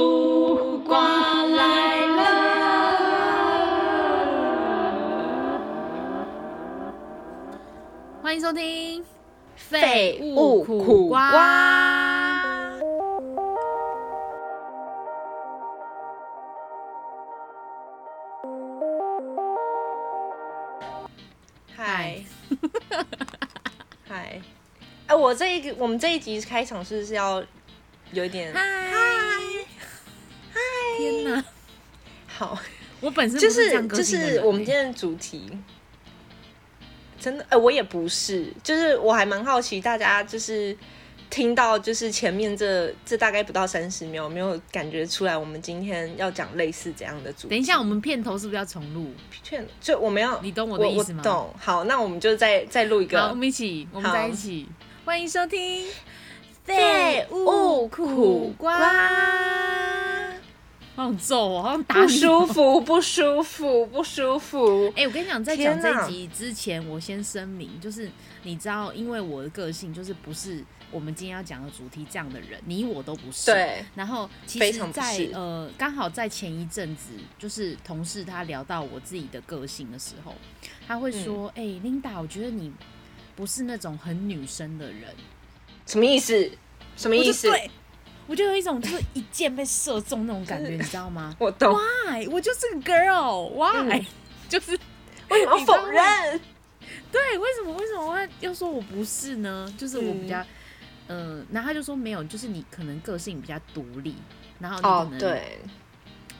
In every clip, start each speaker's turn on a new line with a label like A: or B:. A: 苦瓜来了。
B: 欢迎收听《
A: 废物苦瓜》。
C: 嗨， 嗨，哎，我这一个我们这一集开场是不是要有一点
B: 嗨天哪！
C: 好？
B: 我本身
C: 就
B: 不这
C: 是
B: 样个
C: 就
B: 性的人欸
C: 是我们今天的主题，真的，哎、我也不是，就是我还蛮好奇大家就是。听到就是前面这这大概不到三十秒，有没有感觉出来我们今天要讲类似怎样的主题
B: 等一下，我们片头是不是要重录？
C: 劝就我们要
B: 你懂我
C: 我
B: 的意思吗
C: 我懂。好，那我们就再再录一
B: 好，我
C: 个。
B: 们一起，我们
C: 好
B: 在一起。欢迎收听《
C: 废物苦瓜
B: 好想揍我，好想打
C: 不
B: 你
C: 舒服，不舒服，不舒服。
B: 哎、我跟你讲，在讲
C: 天
B: 这
C: 哪
B: 一集之前，我先声明，就是你知道，因为我的个性就是不是我们今天要讲的主题这样的人，你我都不是。。
C: 对，
B: 然后其
C: 非
B: 实
C: 常不
B: 在，
C: 是
B: 呃，刚好在前一阵子，就是同事他聊到我自己的个性的时候，他
C: 嗯
B: 会说：“哎、l i n d a 我觉得你不是那种很女生的人。”
C: 什么意思？什么
B: 我
C: 意
B: 就
C: 思？
B: 对，我就有一种就是一箭被射中那种感觉，你知道 吗嗯
C: 我懂。
B: ？Why？我就是 girl，Why？、就是
C: 为什么要
B: 你知道
C: 否
B: 吗
C: 认？
B: 对，哎为什么为什么会要说我不是呢？就是我比较，嗯、然后他就说没有，就是你可能个性比较独立，然后
C: 哦
B: 你，可能
C: 对，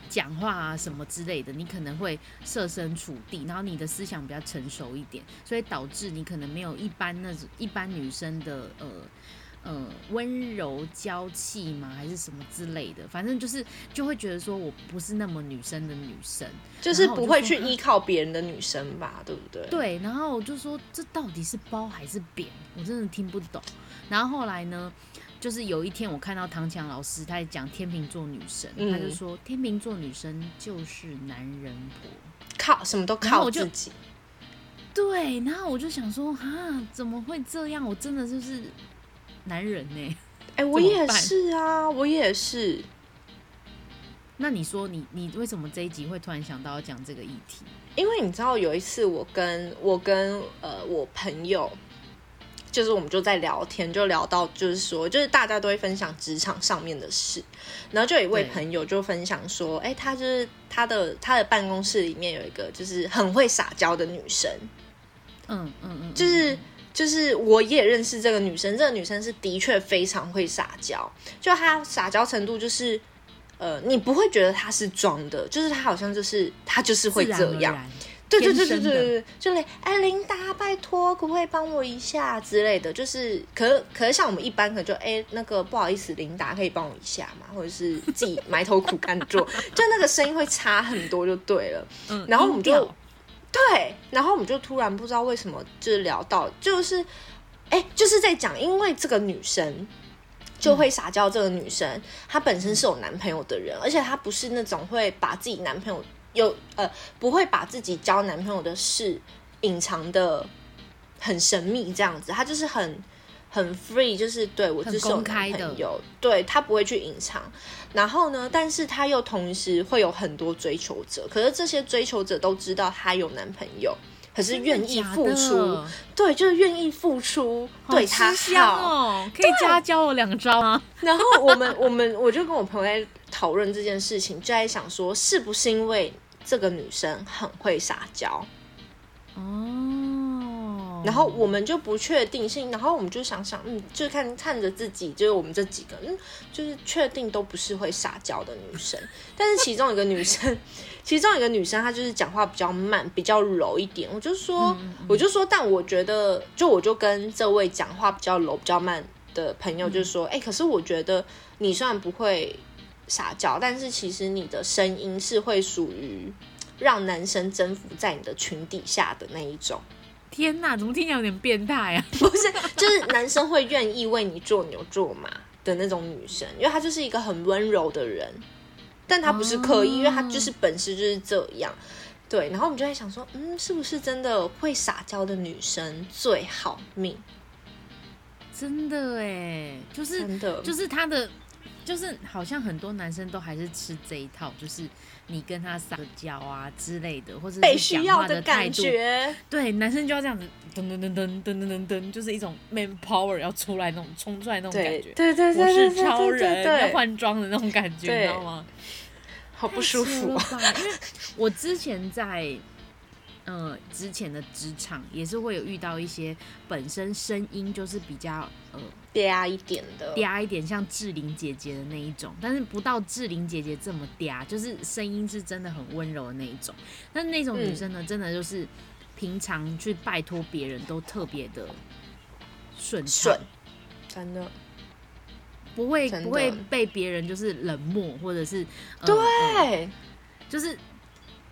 B: 讲话啊什么之类的，你可能会设身处地，然后你的思想比较成熟一点，所以导致你可能没有一般那种一般女生的呃。呃，温柔娇气吗？还是什么之类的？反正就是就会觉得说我不是那么女生的女生，
C: 就是
B: 然后我就
C: 不会
B: 说
C: 去
B: 嗯
C: 依靠别人的女生吧，对不对？，
B: 对，然后我就说这到底是包还是扁，我真的听不懂。然后后来呢，就是有一天我看到唐强老师他在讲天秤座女生，
C: 嗯
B: 他就说天秤座女生就是男人婆。
C: 靠什么都
B: 然后
C: 靠
B: 我就嗯
C: 自己。
B: 对，然后我就想说啊，怎么会这样？我真的就是男人呢、
C: 哎，我
B: 怎么
C: 也
B: 办
C: 是啊，我也是。
B: 那你说你你为什么这一集会突然想到要讲这个议题？
C: 因为你知道有一次我跟我跟呃我朋友，就是我们就在聊天，就聊到就是说，就是大家都会分享职场上面的事，然后就有一位
B: 对
C: 朋友就分享说，哎、他就是他的他的办公室里面有一个就是很会撒娇的女生，
B: 嗯嗯嗯，
C: 就是就是我也认识这个女生，这个女生是的确非常会撒娇，就她撒娇程度就是。呃，你不会觉得她是装的，就是她好像就是她就是会
B: 自然
C: 这
B: 而
C: 样，嗯
B: 然
C: 对对对
B: 天
C: 对
B: 生
C: 对
B: 的
C: 对，对就嘞，哎，琳达，拜托，可不可以帮我一下之类的？就是，可可是像我们一般，可能就哎，那个不好意思，琳达，可以帮我一下嘛？或者是自己埋头苦干做， 就那个声音会差很多，就对了。
B: 嗯，
C: 然后我
B: 音
C: 们
B: 调
C: 就对，然后我们就突然不知道为什么，就是聊到，就是，哎，就是在讲，因为这个女生。就
B: 嗯
C: 会撒娇。这个女生、她本身是有男朋友的人，而且她不是那种会把自己男朋友有呃不会把自己交男朋友的事隐藏的很神秘这样子，她就是很很 free，就是对我
B: 很
C: 就是有
B: 公开
C: 男
B: 的
C: 朋友，对她不会去隐藏。然后呢，但是她又同时会有很多追求者，可是这些追求者都知道她有男朋友，可是
B: 真的
C: 愿意
B: 假
C: 付
B: 的
C: 出，对，就是愿意付出对她
B: 吃香
C: 好。
B: 哦，可以加教我两招啊吗？
C: 然后我们我们我就跟我朋友在讨论这件事情，就在想说，是不是因为这个女生很会撒娇，
B: 哦，
C: 然后我们就不确定性，然后我们就想想，嗯，就看看着自己，就是我们这几个，嗯，就是确定都不是会撒娇的女生，但是其中一个女生， 其中一个女生她就是讲话比较慢，比较柔一点，我就说，我就说，但我觉得，就我就跟这位讲话比较柔、比较慢的朋友就说，哎、可是我觉得你虽然不会撒娇，但是其实你的声音是会属于让男生征服在你的裙底下的那一种。
B: 天哪，怎么听起来有点变态啊？
C: 不是，就是男生会愿意为你做牛做马的那种女生，因为她就是一个很温柔的人，但她不是刻意，
B: 哦
C: 因为她就是本事就是这样。对，然后我们就在想说，嗯，是不是真的会撒娇的女生最好命？
B: 真的哎，就是
C: 真的，
B: 就是他的就是好像很多男生都还是吃这一套，就是你跟他撒个娇啊之类的，或者是
C: 被需
B: 讲
C: 要
B: 话的态
C: 感
B: 度。
C: 觉，
B: 对，男生就要这样子，噔噔噔噔噔噔噔噔，就是一种 man power 要出来那种冲出来那种感
C: 对
B: 觉。
C: 对对对
B: 我
C: 对
B: 是
C: 对
B: 超
C: 对对
B: 人，要
C: 对，
B: 换装的那种感觉，
C: 对
B: 你知道吗？
C: 好
B: 太
C: 不舒服
B: 了
C: 哦。
B: 吧？因为我之前在呃之前的职场也是会有遇到一些本身声音就是比较呃
C: 嗲一点的，
B: 嗲一点，像志玲姐姐的那一种，但是不到志玲姐姐这么嗲，就是声音是真的很温柔的那一种。但那种女生呢，真的就是平常去拜托别人都特别的顺畅
C: 顺，真的
B: 不会
C: 真的
B: 不会被别人就是冷漠或者是、呃、呃
C: 对，
B: 就是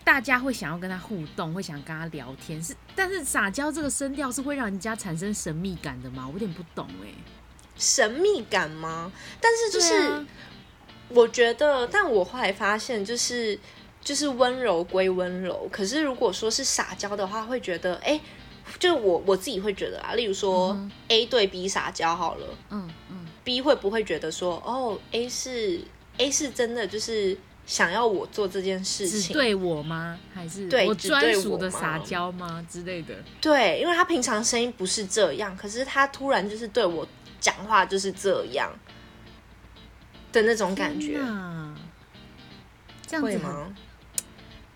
B: 大家会想要跟他互动，会想跟他聊天，是但是撒娇这个声调是会让人家产生神秘感的吗？我有点不懂哎、
C: 神秘感吗？但是就是、
B: 对啊
C: 我觉得，但我后来发现，就是就是温柔归温柔，可是如果说是撒娇的话，会觉得哎、诶就我我自己会觉得啊，例如说、
B: 嗯
C: A 对 B 撒娇好了
B: 嗯嗯，
C: ，B 会不会觉得说哦 A 是 A 是真的就是想要我做这件事
B: 只
C: 情，
B: 对我吗？还是
C: 对
B: 我
C: 只对
B: 专
C: 我
B: 属的
C: 吗
B: 撒娇吗之类的？
C: 对，因为他平常声音不是这样，可是他突然就是对我讲话就是这样的那种感觉
B: 天，哪这样
C: 会
B: 子很
C: 吗？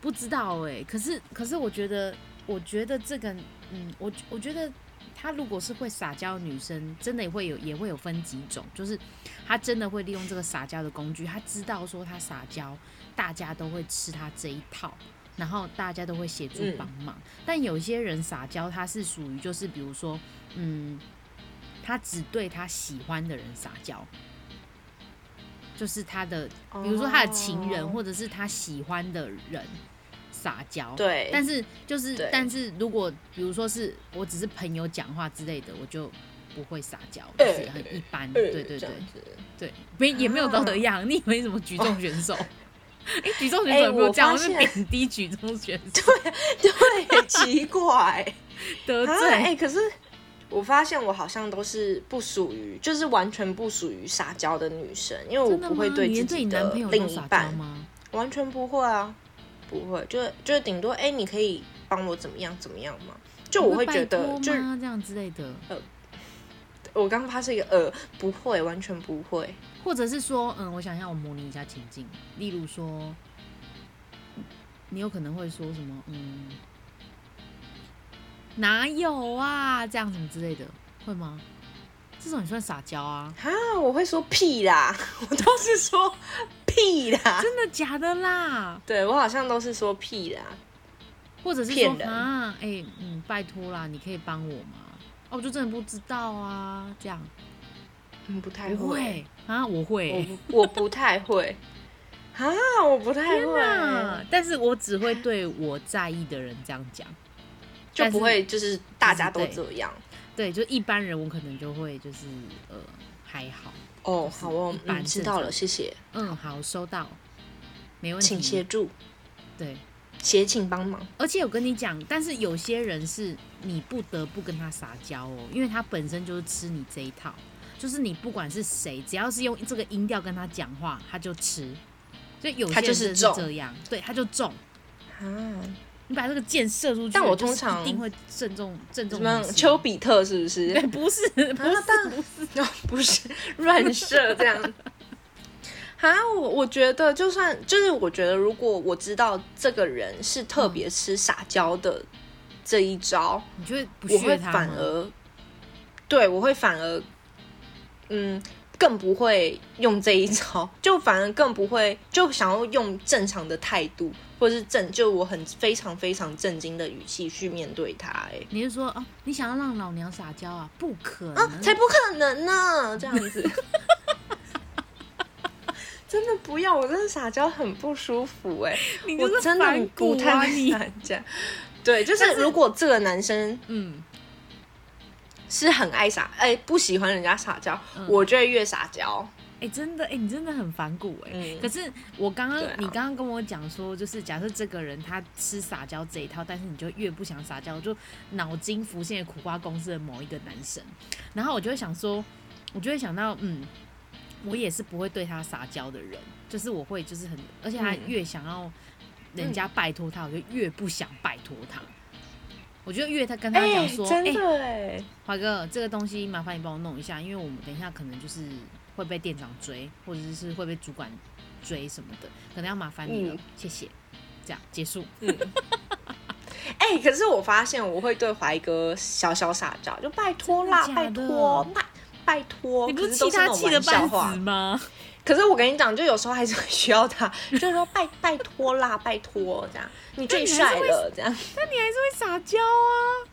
B: 不知道哎、可是可是我觉得，我觉得这个，嗯，我我觉得她如果是会撒娇的女生，真的也会有也会有分几种，就是她真的会利用这个撒娇的工具，她知道说她撒娇，大家都会吃她这一套。然后大家都会协助
C: 嗯
B: 帮忙，但有些人撒娇，她是属于就是比如说，嗯，她只对她喜欢的人撒娇，就是她的比如说他的情人
C: 哦
B: 或者是他喜欢的人撒娇，。
C: 对，
B: 但是就是
C: 对，
B: 但是如果比如说是我只是朋友讲话之类的，我就不会撒娇，就
C: 呃
B: 是很一般。
C: 呃
B: 对对
C: 这
B: 对
C: 样啊子
B: 对，没也没有到这样。你以为什么举重选 手？哎，举重选手有没有这样？
C: 哦哎我
B: 我
C: 发
B: 是
C: 现
B: 贬低举重选手，
C: 对，奇怪。
B: 得
C: 啊，
B: 罪
C: 哎、可是我发现我好像都是不属于，就是完全不属于撒娇的女生，因为我
B: 真的
C: 不
B: 吗？
C: 会对
B: 你连
C: 自
B: 对
C: 己
B: 你男
C: 的
B: 朋友
C: 另
B: 都
C: 一
B: 撒娇
C: 半
B: 吗？
C: 完全不会啊，不会，就就顶多哎、你可以帮我怎么样怎么样吗？就我
B: 你
C: 会觉
B: 拜
C: 得
B: 托，
C: 就
B: 吗这样之类的，
C: 我刚刚发是一个呃，不会，完全不会。
B: 或者是说，嗯，我想一下，我模拟一下情境，例如说，你有可能会说什么，嗯，哪有啊，这样什么之类的，会吗？这种也算撒娇啊？
C: 哈，我会说屁啦，我都是说屁 啦，
B: 真的假的啦？
C: 对我好像都是说屁啦，
B: 或者是说
C: 骗人
B: 啊，哎、嗯，拜托啦，你可以帮我吗？哦，我就真的不知道啊，这样
C: 嗯，不太
B: 不会啊，我会、
C: 我不我不太会欸 啊，我不太
B: 天
C: 会，
B: 哪！但是我只会对我在意的人这样讲。
C: 就
B: 但
C: 不
B: 是
C: 会就是大家
B: 就
C: 都
B: 是
C: 这样。
B: 对，就一般人我可能就会就是呃还好，
C: 哦，好哦
B: 一，般
C: 嗯，知道了，
B: 正常
C: 谢谢，
B: 嗯，好，收到，没问题。
C: 请协助，
B: 对，
C: 协请帮忙。
B: 而且我跟你讲，但是有些人是你不得不跟他撒娇哦，因为他本身就是吃你这一套，就是你不管是谁，只要是用这个音调跟他讲话，他就吃。就有些
C: 他
B: 人
C: 就是
B: 真的
C: 中
B: 这样，对，他就中。
C: 啊，
B: 你把这个箭射出去，
C: 但我
B: 就是
C: 通常
B: 一定会正中正中
C: 什么
B: 红心
C: 丘比特是不是？
B: 对，不是不
C: 啊
B: 是，
C: 但哦不是乱射这样。 啊，我我觉得就算就是我觉得，如果我知道这个人是特别吃撒娇的这一招，
B: 你就会不
C: 我
B: 屑
C: 会
B: 他
C: 反
B: 吗
C: 而，对我会反而，嗯，更不会用这一招，就反而更不会，就想要用正常的态度，或者是正，就我很非常非常震惊的语气去面对他、欸，
B: 你是说哦，你想要让老娘撒娇啊？不可
C: 哎，
B: 能，
C: 啊，才不可能呢，这样 子。真的不要，我真的撒娇很不舒服哎、
B: 你就
C: 我
B: 是
C: 真的
B: 反骨
C: 不
B: 啊
C: 太会
B: 你
C: 撒娇。对，就是如果这个男生
B: 嗯，
C: 是很爱撒，哎、不喜欢人家撒娇，
B: 嗯
C: 我就会越撒娇。
B: 哎、真的，哎、你真的很反骨哎、
C: 嗯
B: 可是我刚刚、
C: 对啊
B: 你刚刚跟我讲说，就是假设这个人他吃撒娇这一套，但是你就越不想撒娇，我就脑筋浮现苦瓜公司的某一个男生，然后我就会想说，我就会想到，嗯，我也是不会对他撒娇的人，就是我会就是很，而且他
C: 嗯
B: 越想要人家拜托他，我就越不想拜托他。我就越他跟他讲说，哎、
C: 真的哎，
B: 华哥，这个东西麻烦你帮我弄一下，因为我们等一下可能就是会被店长追，或者是会被主管追什么的，可能要麻烦你了，
C: 嗯
B: 谢谢。这样结束，
C: 哎、可是我发现我会对怀哥小小撒娇，就拜托啦，
B: 真的
C: 拜
B: 假的
C: 托，拜拜托。
B: 你不
C: 哦可
B: 是
C: 是
B: 气
C: 都是
B: 他
C: 那种
B: 气的
C: 玩笑
B: 半
C: 话
B: 死吗？
C: 可是我跟你讲，就有时候还是会需 要他，就是说拜拜托啦，拜托这样，你最帅了这样。
B: 但你还是会撒娇啊，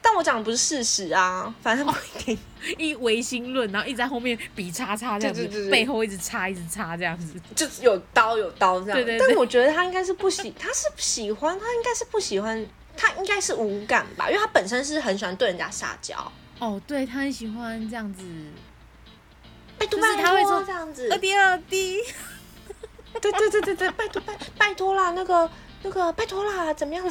C: 但我讲的不是事实啊，反
B: 哦
C: 正不一定。
B: 一唯心论，然后一直在后面比叉叉这样子，
C: 对对对对
B: 背后一直叉一直叉这样 子。
C: 就是有刀有刀这样。
B: 对对对
C: 但我觉得他应该是不喜， 他是喜欢，他应该是不喜欢，他应该是无感吧，因为他本身是很喜欢对人家撒娇，
B: 哦，对他很喜欢这样子，
C: 拜托
B: 就
C: 拜
B: 是
C: 托
B: 他会呃说
C: 这样子
B: 二，滴二滴，
C: 对对对对对，拜托拜拜托啦，那个那个拜托啦，怎么样？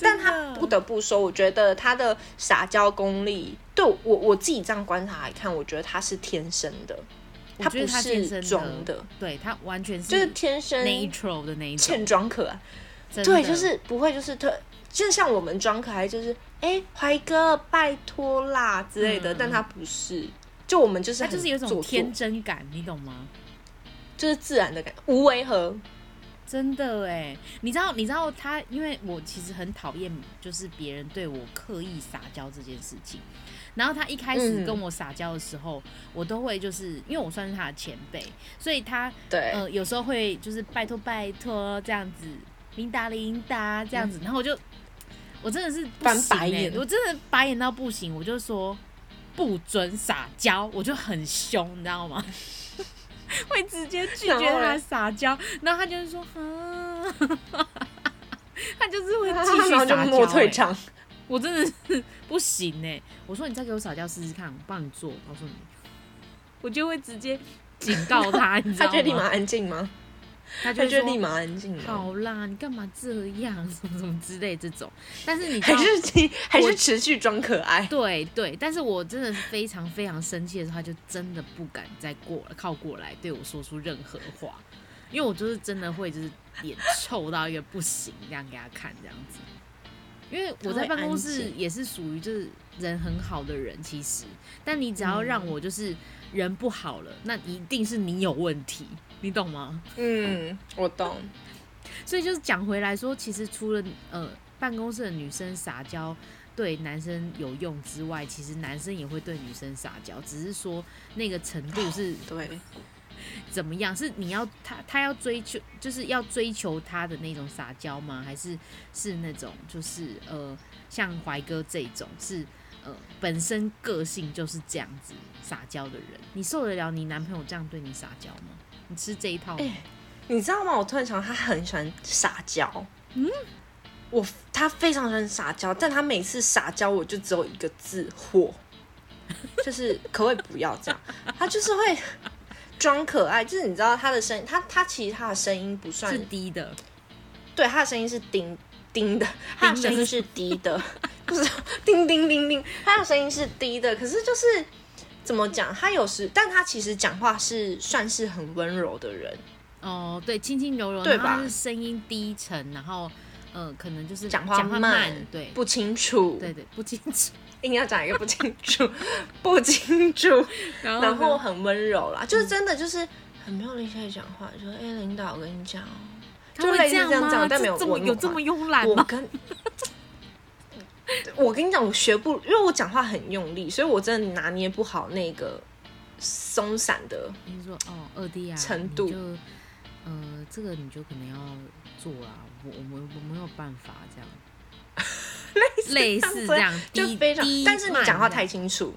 C: 但他不得不说，我觉得他的撒娇功力，对我我自己这样观察来看，我觉得他是天生的，
B: 我觉得
C: 他
B: 他
C: 不
B: 天生
C: 是装的，
B: 对他完全
C: 就是
B: 是
C: 天生
B: natural 的嗯那一种
C: 欠，装可爱。
B: 真的
C: 对，就是不会，就是特，就像我们装可爱，就是哎，怀、哥，拜托啦之类的，
B: 嗯
C: 但他不是，就我们就是
B: 他
C: 很
B: 就是有一种
C: 做作
B: 天，真感，你懂吗？
C: 就是自然的感觉，无违和。
B: 真的哎，你知道，你知道他，因为我其实很讨厌，就是别人对我刻意撒娇这件事情。然后他一开始
C: 嗯
B: 跟我撒娇的时候，我都会就是因为我算是他的前辈，所以他
C: 对，
B: 呃有时候会就是拜托拜托这样子，琳达琳达这样子，然后我就我真的是不
C: 嗯翻
B: 行
C: 白
B: 欸
C: 眼
B: 我真的白眼到不行，我就说不准撒娇，我就很凶，你知道吗？ 会直接拒
C: 然后
B: 绝他
C: 嘞
B: 撒娇，然后他就是说啊， 他就是会
C: 然
B: 继续
C: 后
B: 撒
C: 就
B: 娇、
C: 默退
B: 欸，
C: 场，
B: 我真的是不行哎、我说你再给我撒娇试试看，我帮你做，告诉你，我就会直接警告他，你知道
C: 他
B: 吗？
C: 觉得立马安静吗？
B: 他
C: 他
B: 就会
C: 觉得立
B: 说
C: 马安静吗？
B: 好啦，你干嘛这样，什 么什么之类这种。但是你知
C: 还
B: 道，
C: 是继还是持续装可爱？
B: 对对，但是我真的是非常非常生气的时候，他就真的不敢再过靠过来对我说出任何话，因为我就是真的会就是脸臭到一个不行，这样给他看这样子。因为我在办公
C: 他会安
B: 室
C: 静
B: 也是属于就是人很好的人，其实，但你只要
C: 嗯
B: 让我就是人不好了，那一定是你有问题，你懂吗？
C: 嗯，我懂。
B: 所以就是讲回来说，其实除了呃办公室的女生撒娇对男生有用之外，其实男生也会对女生撒娇，只是说那个程度是
C: 对，
B: 怎么样？是你要他他要追求，就是要追求他的那种撒娇吗？还是是那种就是呃像怀哥这种是？呃，本身个性就是这样子撒娇的人，你受得了你男朋友这样对你撒娇吗？你吃这一套吗？
C: 哎你知道吗？我突然想到，他很喜欢撒娇。嗯，我他非常喜欢撒娇，但他每次撒娇，我就只有一个字：火。就是可不可以不要 这样？他就是会装可爱，就是你知道他的声音，他他其实他的声音不算
B: 是低的，
C: 对，他的声音是叮叮的，他的声音是低 的，不是叮叮叮叮，他的声音是低的。可是就是怎么讲，他有时，但他其实讲话是算是很温柔的人，
B: 哦，对，轻轻柔柔，
C: 对
B: 然后它
C: 吧
B: 是声音低沉，然后呃，可能就是
C: 讲
B: 话
C: 话慢
B: 对，
C: 不清楚，
B: 对对不清楚，
C: 硬要讲一个不清楚， 不清楚，
B: 然
C: 然后很温柔
B: 嗯
C: 啦，就是真的就是很没有力气地讲话，就说哎、领导，我跟你讲哦，
B: 他
C: 就
B: 会
C: 类似
B: 这样
C: 这样
B: 吗？
C: 这样但没
B: 这
C: 有
B: 这么
C: 我没
B: 有
C: 有
B: 这
C: 画
B: 么慵懒
C: 我
B: 吗？
C: 跟 我跟你讲，我学不，因为我讲话很用力，所以我真的拿捏不好那个松散的。
B: 你说哦，二弟啊，
C: 程
B: 你
C: 度
B: 就呃，这个你就可能要做啦，我我们我没有办法 这样，类似这样，
C: 就
B: 低
C: 非常
B: 低，
C: 但是你
B: 慢啊嗯
C: 讲话
B: 这
C: 太
B: 样
C: 清楚，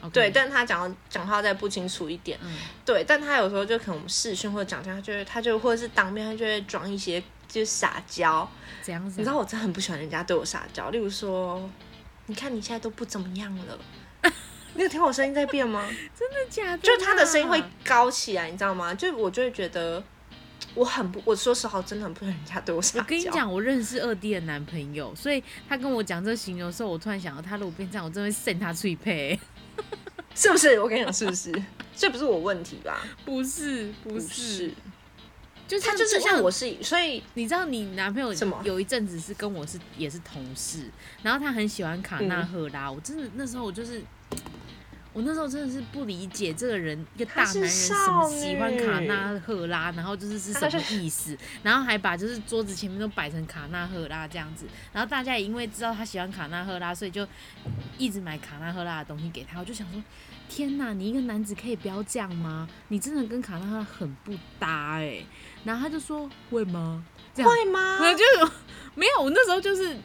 B: OK
C: 对，但他讲话讲话再不清楚一点，
B: 嗯，
C: 对，但他有时候就可能我们视讯或者讲这样，他就会他就或者是当面，他就会装一些就是撒娇，
B: 怎样子？啊
C: 你知道我真的很不喜欢人家对我撒娇，例如说，你看你现在都不怎么样了， 你有听我声音 在变吗？
B: 真的假的啦？啊
C: 就是他的声音会高起来，你知道吗？就我就会觉得，我很不，我说实话，我真的很不喜欢人家对我撒娇。
B: 我跟你，讲，我认识二弟的男朋友，所以他跟我讲这形容的时候，我突然想到，他如果变这样，我真的会扇他脆配、
C: 是不是？我跟你讲，是不是？这不是我问题吧？
B: 不是，不
C: 不
B: 是，
C: 是，
B: 就像
C: 他就是
B: 就像
C: 问我是，所以
B: 你知道你男朋友
C: 什么
B: 有一阵子是跟我是也是同事，然后他很喜欢卡
C: 嗯
B: 纳赫拉，我真的那时候我就是，我那时候真的是不理解这个人一个大
C: 她
B: 男
C: 是
B: 人什么
C: 少女
B: 喜欢卡纳赫拉，然后就是是什
C: 她
B: 么
C: 就
B: 意思，然后还把就是桌子前面都摆成卡纳赫拉这样子，然后大家也因为知道他喜欢卡纳赫拉，所以就一直买卡纳赫拉的东西给他，我就想说。天呐，你一个男子可以不要这样吗？你真的跟卡纳赫拉很不搭哎、然后他就说会吗？这样
C: 会吗？
B: 我就没有，我那时候就是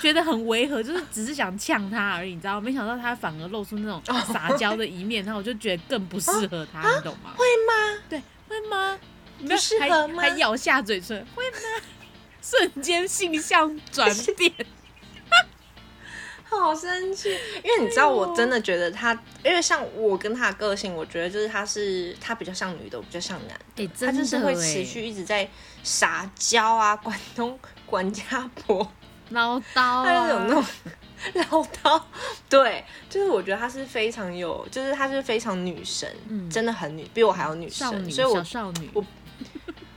B: 觉得很违和，就是只是想呛他而已，你知道吗？没想到他反而露出那种
C: 哦
B: 撒娇的一面，然后我就觉得更不适合他，你懂吗？
C: 啊会吗？
B: 对，会吗？没
C: 不
B: 有
C: 适
B: 还
C: 合吗
B: 还咬下嘴唇，会吗？ 瞬间性向转 变，
C: 好生气，因为你
B: 哎
C: 知道，我真的觉得他，因为像我跟他的个性，我觉得就是他是他比较像女的，我比较像男的，欸
B: 哎、
C: 他就是会持续一直在撒娇啊，管东管家 婆。
B: 唠叨啊，
C: 他就是有哎那种唠叨，对，就是我觉得他是非常有，就是他是非常女神，
B: 嗯
C: 真的很女，比我还要女
B: 少
C: 神，
B: 女
C: 所以我
B: 小少女，
C: 我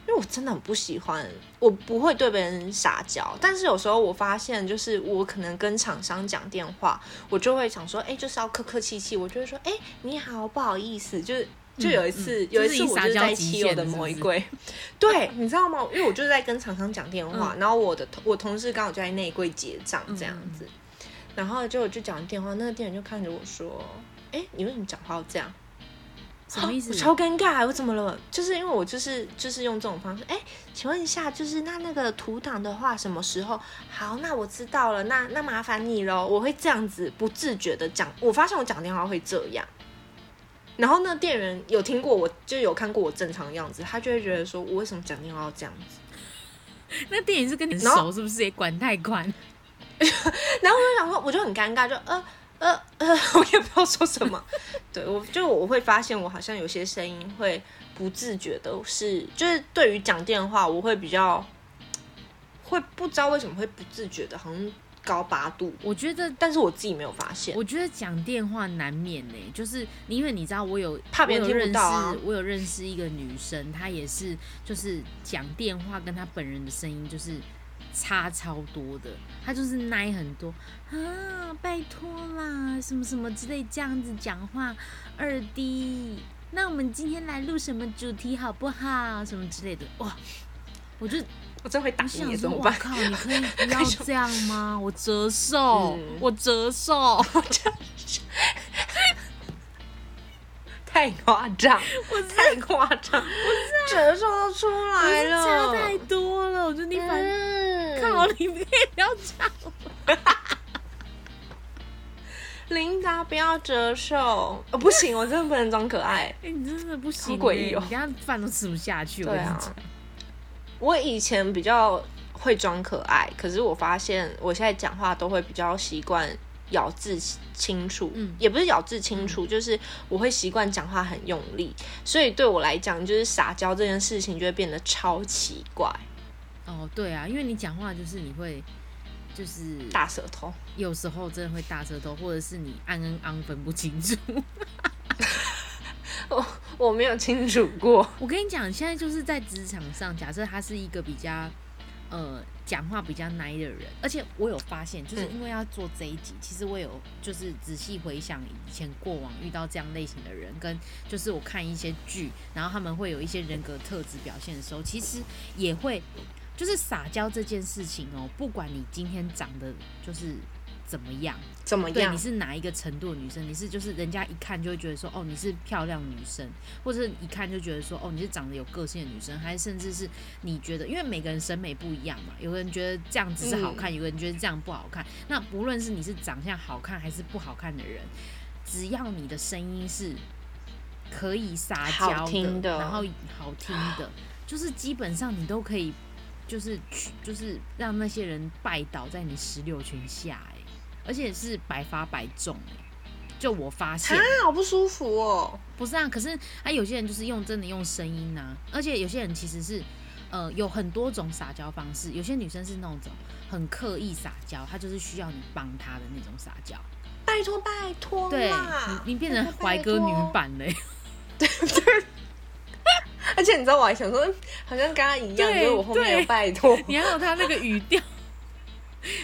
C: 因为我真的很不喜欢，我不会对别人撒娇，但是有时候我发现，就是我可能跟厂商讲电话，我就会想说，哎、就是要客客气气，我就会说，哎、你好，不好意思，就是。就有一次，
B: 嗯
C: 有一
B: 就是
C: 次
B: 以
C: 我
B: 撒
C: 就是
B: 娇
C: 在
B: 极
C: 七友
B: 限
C: 的
B: 是不
C: 某一
B: 是
C: 柜，对，你知道吗？因为我就是在跟厂商讲电话，
B: 嗯
C: 然后我的同我同事刚好就在那一柜结账这样子，然后就我就讲完电话，那个店员就看着我说：“哎、你为什么讲话要这样？”
B: 什么意思？
C: 哦我超尴尬，我怎么了？就是因为我就是就是用这种方式。哎，请问一下，就是那那个图档的话，什么时候？好，那我知道了，那那麻烦你喽。我会这样子不自觉的讲，我发现我讲电话会这样。然后那店员有听过我，就有看过我正常的样子，他就会觉得说我为什么讲电话要这样子？
B: 那电影是跟你
C: 然后
B: 熟是不是也管太宽？
C: 然后我就想说，我就很尴尬，就呃呃呃，我也不知道说什么。对我就我会发现，我好像有些声音会不自觉的是，就是对于讲电话，我会比较会不知道为什么会不自觉的，好像高八度，
B: 我觉得
C: 但是我自己没有发现。
B: 我觉得讲电话难免呢、就是因为你知道我有
C: 怕别人
B: 我有
C: 听不到啊
B: 认识我有认识一个女生，她也是就是讲电话跟她本人的声音就是差超多的，她就是奶很多啊，拜托啦，什么什么之类这样子讲话，二 D。那我们今天来录什么主题好不好？什么之类的哇，我就
C: 我真会打
B: 我
C: 你耶，
B: 啊想
C: 怎
B: 说，
C: 么
B: 我
C: 办？
B: 靠，你可 以不要这样吗？我折寿
C: 嗯，
B: 我折寿。
C: 太夸张，我太夸张，我折寿都出 来
B: 是差
C: 了。
B: 太多了，我觉得你反正
C: 嗯
B: 靠你不要这样。
C: 琳达不要折寿，呃，不行，我真的不能装可爱。
B: 哎、你真的不行、欸，
C: 好诡异哦
B: 你等下饭都吃不下去。我
C: 对
B: 跟你
C: 啊
B: 讲，，
C: 我以前比较会装可爱，可是我发现我现在讲话都会比较习惯咬字清楚，
B: 嗯
C: 也不是咬字清楚，就是我会习惯讲话很用力，所以对我来讲，就是撒娇这件事情就会变得超奇怪，
B: 哦，对啊，因为你讲话就是你会，就是
C: 大舌头。
B: 有时候真的会大舌头，或者是你暗跟昂分不清楚。
C: 我我没有清楚过，
B: 我跟你讲，现在就是在职场上，假设他是一个比较呃讲话比较 nice 的人，而且我有发现，就是因为要做这一集，其实我有就是仔细回想以前过往遇到这样类型的人，跟就是我看一些剧，然后他们会有一些人格特质表现的时候，其实也会就是撒娇这件事情哦，不管你今天长得就是怎么样，
C: 怎么
B: 对，
C: 样
B: 你？是哪一个程度的女生？你是就是人家一看就会觉得说，哦，你是漂亮女生，或者是一看就觉得说，哦，你是长得有个性的女生，还是甚至是你觉得，因为每个人审美不一样嘛，有的人觉得这样子是好
C: 嗯
B: 看，有的人觉得这样不好看。那不论是你是长相好看还是不好看的人，只要你的声音是可以撒
C: 好
B: 娇
C: 听的
B: 然后好听 的，就是基本上你都可以。就是去，就是让那些人拜倒在你石榴裙下、欸，而且是百发百中、欸、就我发现
C: 啊，，好不舒服哦。
B: 啊不是啊，可是啊，有些人就是用真的用声音呐、而且有些人其实是呃有很多种撒娇方式，有些女生是那种很刻意撒娇，她就是需要你帮她的那种撒娇。
C: 拜托拜托
B: 对
C: 哦啦，
B: 你，你变成
C: 拜托
B: 怀哥
C: 哦
B: 女，版欸嘞、
C: 拜托而且你知道我还想说，嗯好像跟他一样，
B: 对
C: 就是我后面
B: 对
C: 有拜托，
B: 你还有她那个语调，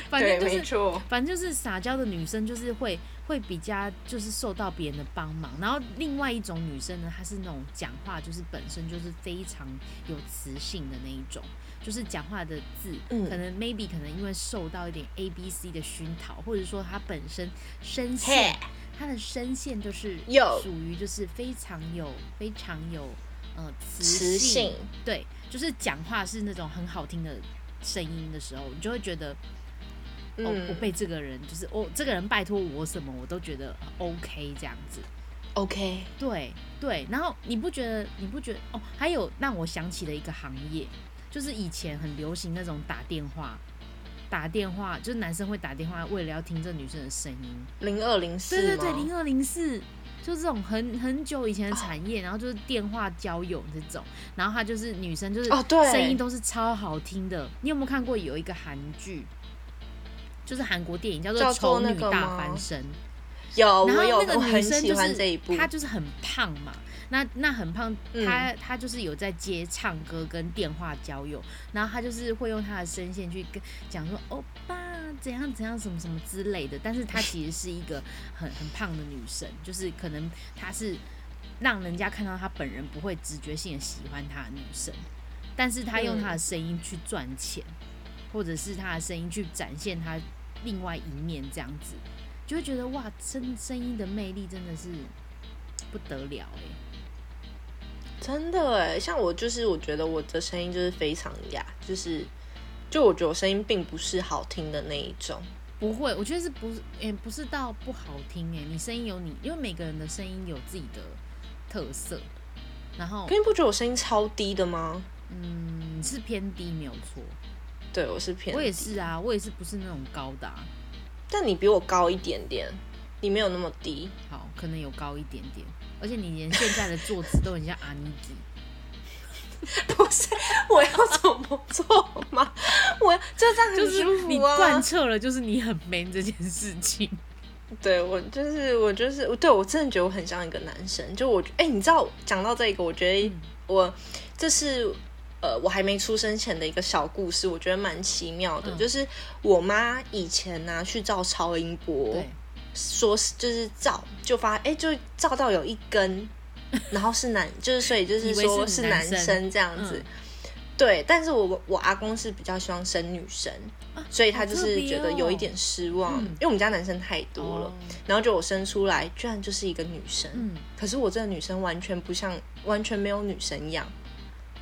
B: 反
C: 对，
B: 正就
C: 没
B: 是
C: 错，
B: 反正就是撒娇的女生，就是会会比较就是受到别人的帮忙。然后另外一种女生呢，她是那种讲话就是本身就是非常有磁性的那一种，就是讲话的字，
C: 嗯
B: 可能 maybe 可能因为受到一点 A B C 的熏陶，或者说她本身声线
C: 嘿，
B: 她的声线就是
C: 有
B: 属于就是非常有非常有呃
C: 磁性，
B: 对，就是讲话是那种很好听的声音的时候，你就会觉得。哦，我
C: 嗯
B: 被这个人就是我、这个人拜托我什么，我都觉得 OK 这样子。
C: ，OK，
B: 对对，然后你不觉得你不觉得哦？还有让我想起了一个行业，就是以前很流行那种打电话，打电话就是男生会打电话，为了要听这女生的声音。
C: 零二零
B: 对对
C: 四吗？哦
B: 对，零二零四，就这种很很久以前的产业，然后就是电话交友这种，然后她就是女生就是
C: 哦对
B: 声音都是超好听的。你有没有看过有一个韩剧，就是韩国电影叫做《
C: 叫做
B: 丑
C: 那
B: 女
C: 个
B: 大
C: 吗
B: 翻身》，
C: 有，
B: 然
C: 我有，
B: 后那个
C: 我
B: 女
C: 很
B: 生
C: 喜
B: 就
C: 欢
B: 是
C: 这一部，
B: 她就是很胖嘛，那那很胖，
C: 嗯
B: 她她就是有在接唱歌跟电话交友，然后她就是会用她的声线去跟讲说欧巴怎样怎样什么什么之类的，但是她其实是一个很很胖的女生，就是可能她是让人家看到她本人不会直觉性的喜欢她的女生，但是她用她的声音去赚钱，或者是她的声音去展现她另外一面这样子。就会觉得哇，声声音的魅力真的是不得了哎、
C: 真的哎，像我就是，我觉得我的声音就是非常哑，就是就我觉得我声音并不是好听的那一种，
B: 不会，我觉得是不是也、不是到不好听哎、你声音有你，因为每个人的声音有自己的特色，然后
C: 可你不觉得我声音超低的吗？
B: 嗯是偏低没有错，
C: 对，我是偏，
B: 我也，是啊，我也是不是那种高的、啊，
C: 但你比我高一点点，你没有那么低，
B: 好可能有高一点点，而且你连现在的坐姿都很像阿妮 子，
C: 不是我要怎么做吗？ 我就这样
B: 就
C: 很
B: 是
C: 舒服啊。
B: 你贯彻了就是你很 man 这件事 情，
C: 对我就是我就是对我真的觉得我很像一个男生，就我哎、你知道讲到这个，我觉得
B: 嗯
C: 我这是呃我还没出生前的一个小故事，我觉得蛮奇妙的，
B: 嗯
C: 就是我妈以前呢、去照超音波
B: 对，，
C: 说是就是照就发哎、就照到有一 根，然后是男，就是所以就
B: 以
C: 是
B: 为是
C: 说是
B: 男
C: 男
B: 生
C: 生这样子，
B: 嗯
C: 对，但是我我阿公是比较希望生女生。所以他就
B: 啊好特
C: 是
B: 别
C: 觉得
B: 哦
C: 有一点失望，
B: 嗯
C: 因为我们家男生太多了，
B: 哦
C: 然后就我生出来，居然就是一个女生。
B: 嗯。
C: 可是我这个女生完全不像，完全没有女生样。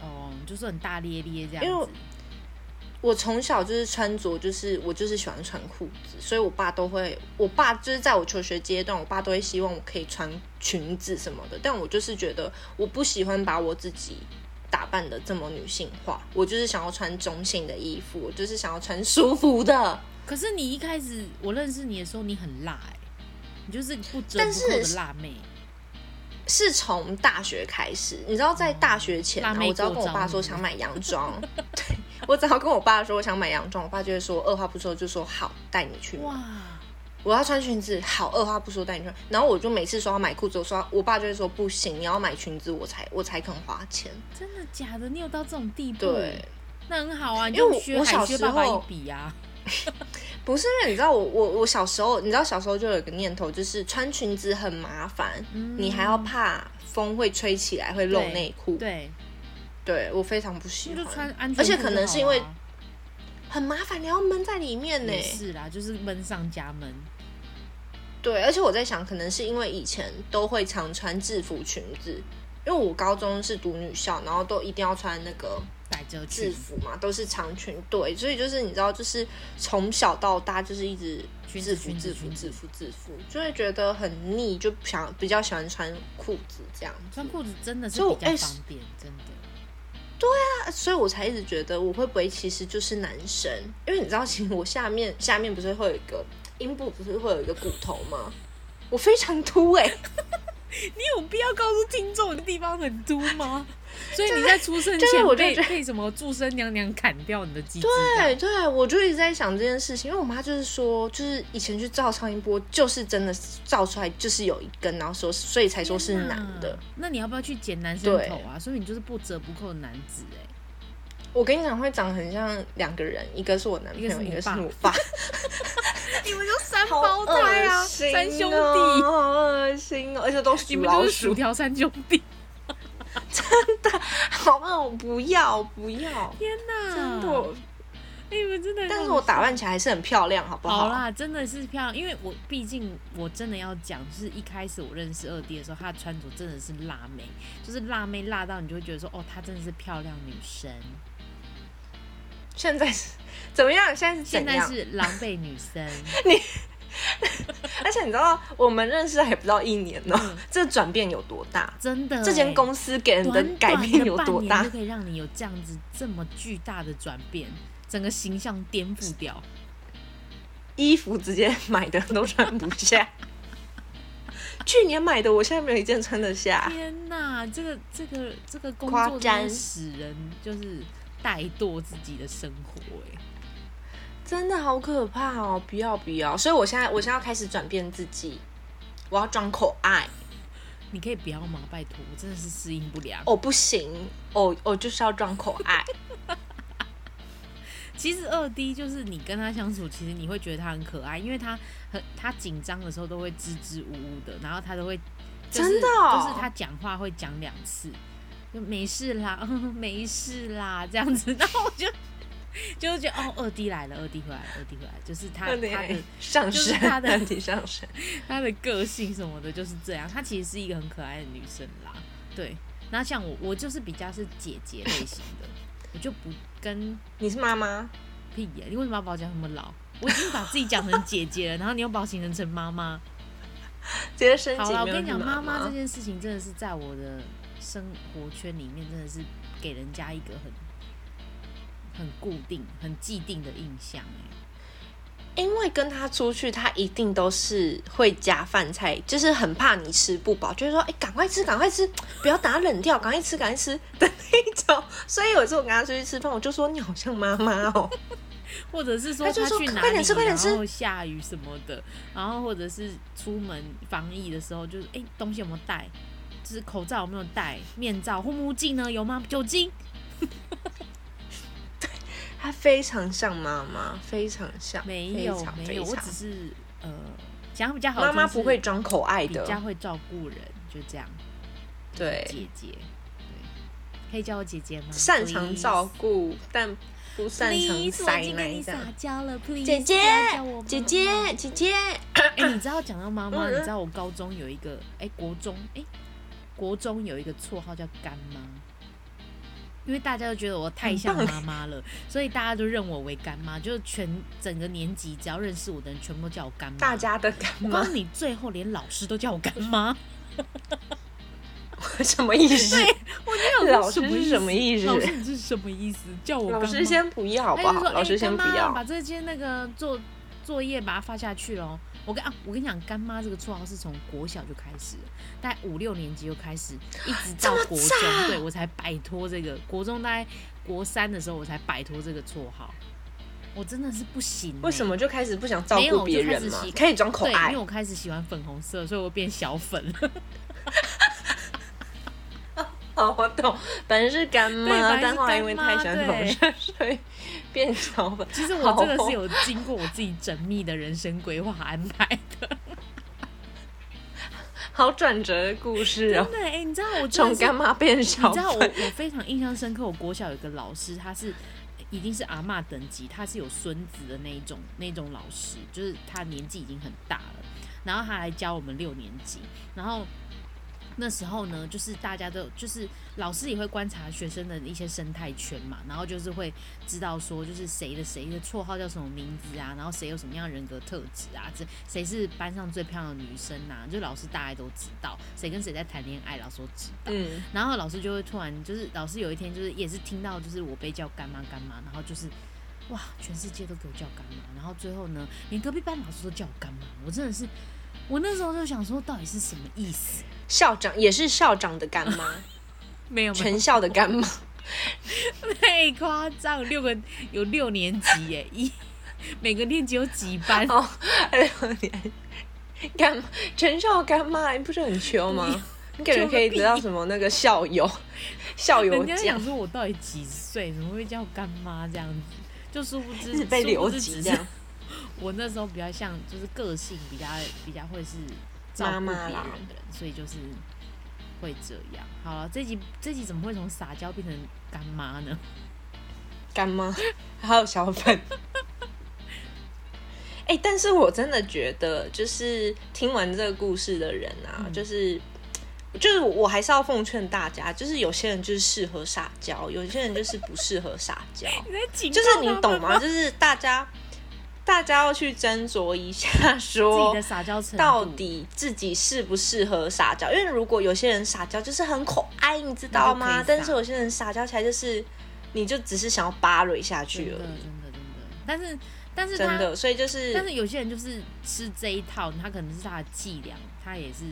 B: 哦，就是很大咧咧这样
C: 因为
B: 子。
C: 我从小就是穿着，就是我就是喜欢穿裤子，所以我爸都会，我爸就是在我求学阶段，我爸都会希望我可以穿裙子什么的。但我就是觉得我不喜欢把我自己打扮的这么女性化，我就是想要穿中性的衣服，我就是想要穿舒服的。
B: 可是你一开始我认识你的时候，你很辣哎、你就是不折
C: 但
B: 不
C: 是
B: 扣的辣妹。
C: 是从大学开始，你知道，在大学前
B: 辣
C: 啊，
B: 妹
C: 我只要跟我爸说想买洋装， 对我只要跟我爸说我想买洋装，我爸就会说二话不说就说好，带你去买。
B: 哇，
C: 我要穿裙子，好，二话不说带你穿。然后我就每次说要买裤子，我说我爸就会说不行，你要买裙子我才我才肯花钱。
B: 真的假的？你有到这种地步？
C: 对，
B: 那很好啊，你
C: 因为
B: 就
C: 我
B: 学
C: 我
B: 海
C: 小
B: 学
C: 时
B: 爸爸一
C: 候
B: 比啊。
C: 不是因为你知道我我我小时候，你知道小时候就有一个念头，就是穿裙子很麻烦，
B: 嗯
C: 你还要怕风会吹起来会露
B: 对
C: 内裤。
B: 对，
C: 对我非常不喜
B: 你
C: 欢
B: 就。穿安全裤就好啊，
C: 而且可能是因为很麻烦，你要闷在里面呢
B: 也。是啦，就是闷上加闷。
C: 对，而且我在想，可能是因为以前都会常穿制服裙子，因为我高中是读女校，然后都一定要穿那个
B: 百褶
C: 制
B: 裙，
C: 服嘛，都是长裙。对，所以就是你知道，就是从小到大就是一直
B: 裙
C: 制
B: 子
C: 服、
B: 裙子
C: 制服、
B: 裙子
C: 制服、制服，就会觉得很腻，就想比较喜欢穿裤子这样子
B: 穿。裤子真的是
C: 所以我
B: 比较
C: 哎
B: 方便，真的。
C: 啊所以我才一直觉得我会不会其实就是男生，因为你知道，其实我下面下面不是会有一个阴部，不是会有一个骨头吗？我非常凸哎、
B: 你有必要告诉听众你的地方很凸吗？ 所以你在出生
C: 就是
B: 前
C: 我就
B: 被
C: 觉
B: 被什么祝生娘娘砍掉你的鸡鸡
C: 对
B: 蛋？
C: 对，我就一直在想这件事情，因为我妈就是说，就是以前去照超音波，就是真的照出来就是有一根，然后说所以才说是男的
B: 天哪。。那你要不要去剪男生
C: 对
B: 头啊？所以你就是不折不扣的男子哎、
C: 我跟你讲，会长很像两个人，一个是我男朋
B: 一个
C: 友，
B: 是你
C: 一个是
B: 爸
C: 我 爸，
B: 你们就三
C: 好
B: 胞胎啊，
C: 恶心
B: 三兄
C: 哦
B: 弟，
C: 好恶心哦，而且都
B: 你
C: 属
B: 们
C: 老
B: 就是薯
C: 鼠，
B: 条三兄弟。
C: 好恶，我不要我不要，
B: 天哪，哎
C: 真的。我
B: 你们真的很好笑，
C: 但是我打扮起来还是很漂亮，好不
B: 好
C: 好？
B: 啦，真的是漂亮，因为我毕竟我真的要讲，就是一开始我认识二弟的时候，她的穿着真的是辣妹，就是辣妹辣到你就会觉得说，哦，她真的是漂亮女 生。
C: 现在是怎么样？现在是
B: 现
C: 怎
B: 在
C: 样？
B: 是狼狈女生，
C: 而且你知道，我们认识还不到一年呢
B: 嗯，
C: 这转变有多大？
B: 真的欸、
C: 这间公司给人的改变有多
B: 短短的半年
C: 大
B: 就？可以让你有这样子这么巨大的转变，整个形象颠覆 掉。
C: 衣服直接买的都穿不下。 去年买的，我现在没有一件穿得下。
B: 天哪，这个这个这个工
C: 夸
B: 作真的
C: 张
B: 使人就是怠惰自己的生活、欸，
C: 真的好可怕哦！不要不要，所以我现在我现在要开始转变自己，我要装可爱。
B: 你可以不要吗？拜托，我真的是适应不良。
C: 哦，不行，哦，我就是要装可 爱。
B: 其实二 D 就是你跟他相处，其实你会觉得他很可爱，因为他很他紧张的时候都会支支吾吾的，然后他都会、就是、
C: 真的哦
B: 就是他讲话会讲两次，就没事啦， 没事啦这样子，然 后我就就会觉得哦，二 D 来了，二 D 回来了，二 D 回来了，就是他他的
C: 上
B: 就是
C: 身，
B: 他的
C: 问题上身。
B: 她的个性什么的就是这样，她其实是一个很可爱的女生啦。对，那像我，我就是比较是姐姐类型的，我就不跟
C: 你是妈妈？
B: 屁耶、你为什么要把我讲那么老？我已经把自己讲成姐姐了， 然后你又把我形容成妈妈。
C: 直接升级
B: 好啦，我
C: 没有
B: 跟你讲，
C: 是
B: 妈
C: 妈
B: 妈这件事情真的是在我的生活圈里面，真的是给人家一个很很固定、很既定的印象、欸。
C: 因为跟他出去，他一定都是会夹饭菜，就是很怕你吃不饱，就是说，哎、赶快吃，赶快吃，不要打冷掉，赶快吃，赶快吃的那种。所以有时候我跟他出去吃饭，我就说你好像妈妈哦，
B: 或者是说
C: 她就
B: 他
C: 说
B: 去哪
C: 快
B: 里，
C: 点吃快点吃
B: 然后下雨什么的，然后或者是出门防疫的时候，就是哎、诶东西有没有带，就是口罩有没有带，面罩、护目镜呢有吗？酒精，
C: 他非常像妈妈，非常像，
B: 没有
C: 非常
B: 没
C: 非
B: 有，我
C: 常
B: 只是呃讲比较好，
C: 妈妈不会
B: 就是
C: 装可爱
B: 比较
C: 的，
B: 会照顾人，就这样。
C: 对，
B: 姐姐，对，可以叫我姐姐吗？
C: 擅长照顾，但不擅长
B: Please，我已
C: 塞
B: 经跟
C: 奶
B: 你
C: 这
B: 撒
C: 样。
B: 娇了，please，
C: 姐姐
B: 不要叫我妈妈
C: 姐姐，姐姐，
B: 哎、你知道讲到妈妈，
C: 嗯
B: 你知道我高中有一个，哎、国中，哎、国中有一个绰号叫干妈，因为大家都觉得我太像妈妈了，所以大家就认我为干妈，就是全整个年级只要认识我的人，全部都叫我干妈。
C: 大，家的干
B: 我告
C: 妈
B: 诉你，最后连老师都叫我干妈，
C: 什么意思？
B: 我就有
C: 老师是什么意思
B: 老师你是什么意思？叫我干
C: 老
B: 妈？
C: 师先不要好不
B: 他就
C: 好？
B: 说
C: 老师
B: 哎
C: 先不
B: 干妈
C: 要。
B: 把这些那个作作业把它发下去喽。我跟啊，我跟你讲，干妈这个绰号是从国小就开始了，大概五六年级就开始，一直到
C: 这么
B: 国中
C: 早，
B: 对我才摆脱这个。国中大概国三的时候，我才摆脱这个绰号。我真的是不行欸、
C: 为什么就开始不想照
B: 没有
C: 顾别人
B: 就
C: 嘛
B: 开始？习
C: 可以装可
B: 对，因
C: 爱
B: 为，我开始喜欢粉红色，所以我变小粉了。
C: 哦，我懂。本来是干
B: 对本来
C: 妈，
B: 是
C: 但后来因为
B: 干妈
C: 太喜欢粉色，所以变小粉。
B: 其实我这个
C: 好
B: 是有经过我自己缜密的人生规划安排的。
C: 好转折的故事 哦
B: 真，的哎、你知道我真的
C: 从
B: 是
C: 干妈变
B: 你
C: 小
B: 知道我
C: 粉。
B: 我非常印象深刻，我国小有个老师，他是已经是阿嬷等级，他是有孙子的那一种那一种老师，就是他年纪已经很大了，然后他来教我们六年级，然后。那时候呢，就是大家都就是老师也会观察学生的一些生态圈嘛，然后就是会知道说，就是谁的谁的绰号叫什么名字啊，然后谁有什么样的人格特质啊，这谁是班上最漂亮的女生啊，就老师大概都知道，谁跟谁在谈恋爱，老师都知道。
C: 嗯，
B: 然后老师就会突然就是老师有一天就是也是听到就是我被叫干妈干妈，然后就是哇，全世界都给我叫干妈，然后最后呢，连隔壁班老师都叫我干妈，我真的是。我那时候就想说，到底是什么意思？
C: 校长也是校长的干妈，
B: 没有 没有
C: 全校的干妈，
B: 太夸张，六个有六年级耶，一 每个年级有几班？
C: 哦，哎呦你干妈全校干妈，你不是很穷吗？你感觉可以得到什么那个校 友校友
B: 人家
C: 奖
B: 想，说我到底几岁，怎么会叫干妈这样子？就殊不
C: 一
B: 知
C: 直被留
B: 留
C: 级这样。
B: 我那时候比较像，就是个性比较比较会是照
C: 妈
B: 顾别
C: 妈
B: 人
C: 啦
B: 的人，所以就是会这样。好了，这集这集怎么会从撒娇变成干妈呢？
C: 干妈，还有 小粉。哎、但是我真的觉得，就是听完这个故事的人啊，
B: 嗯
C: 就是就是我还是要奉劝大家，就是有些人就是适合撒娇，有些人就是不适合撒娇，就是 你懂吗？？就是大家大家要去斟酌一下
B: 自
C: 说
B: 己的撒娇程度
C: 到底自己适不适合撒娇？因为如果有些人撒娇就是很可爱，你知道
B: 那
C: 吗
B: 就可以撒？
C: 但是有些人撒娇起来就是，你就只是想要扒雷下
B: 真
C: 去
B: 的真
C: 而
B: 的
C: 已，
B: 真的，但是但是
C: 真
B: 他
C: 的。所以就是，
B: 但是有些人就是吃这一套，他可能是他的伎俩，他也是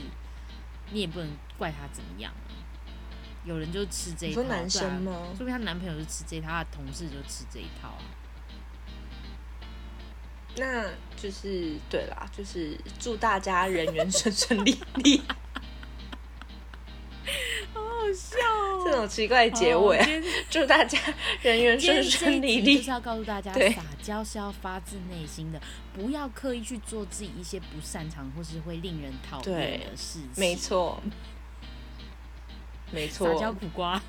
B: 你也不能怪他怎么样啊。有人就吃这一
C: 你
B: 套，
C: 说男
B: 对啊
C: 生吗？
B: 说明她男朋友就吃这一套，她的同事就吃这一套啊。
C: 那就是对啦，就是祝大家人缘顺顺利 利。
B: 好笑哦
C: 这种奇怪的结尾啊，
B: 今天
C: 祝大家人缘
B: 今天
C: 顺
B: 这
C: 顺利
B: 一集就
C: 利
B: 是。要告诉大家，
C: 对
B: 撒娇是要发自内心的，不要刻意去做自己一些不擅长或是会令人讨厌
C: 对
B: 的事情。
C: 没，错，没
B: 撒娇
C: 错。
B: 苦瓜。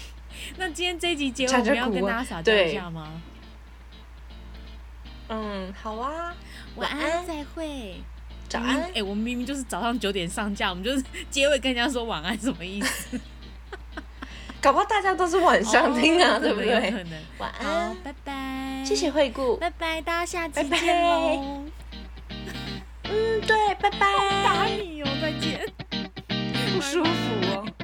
B: 那今天这一集结尾，
C: 撒
B: 我
C: 娇
B: 们要
C: 苦
B: 跟
C: 瓜
B: 大家撒娇
C: 对
B: 一下吗？
C: 嗯，好啊，
B: 晚
C: 晚
B: 安，
C: 安
B: 再会。
C: 早
B: 明明
C: 安
B: 哎、。我们明明就是早上九点上架，我们就是结尾跟人家说晚安，什么意 思？
C: 搞不好大家都是晚上听啊，
B: 哦
C: 对不
B: 有可
C: 对？
B: 能。
C: 晚
B: 好
C: 安，，
B: 拜拜。
C: 谢谢惠顾。
B: 拜拜，大家下期
C: 拜拜
B: 见喽！
C: 嗯，对，拜拜。
B: 打你哦，再见。
C: 不舒服哦。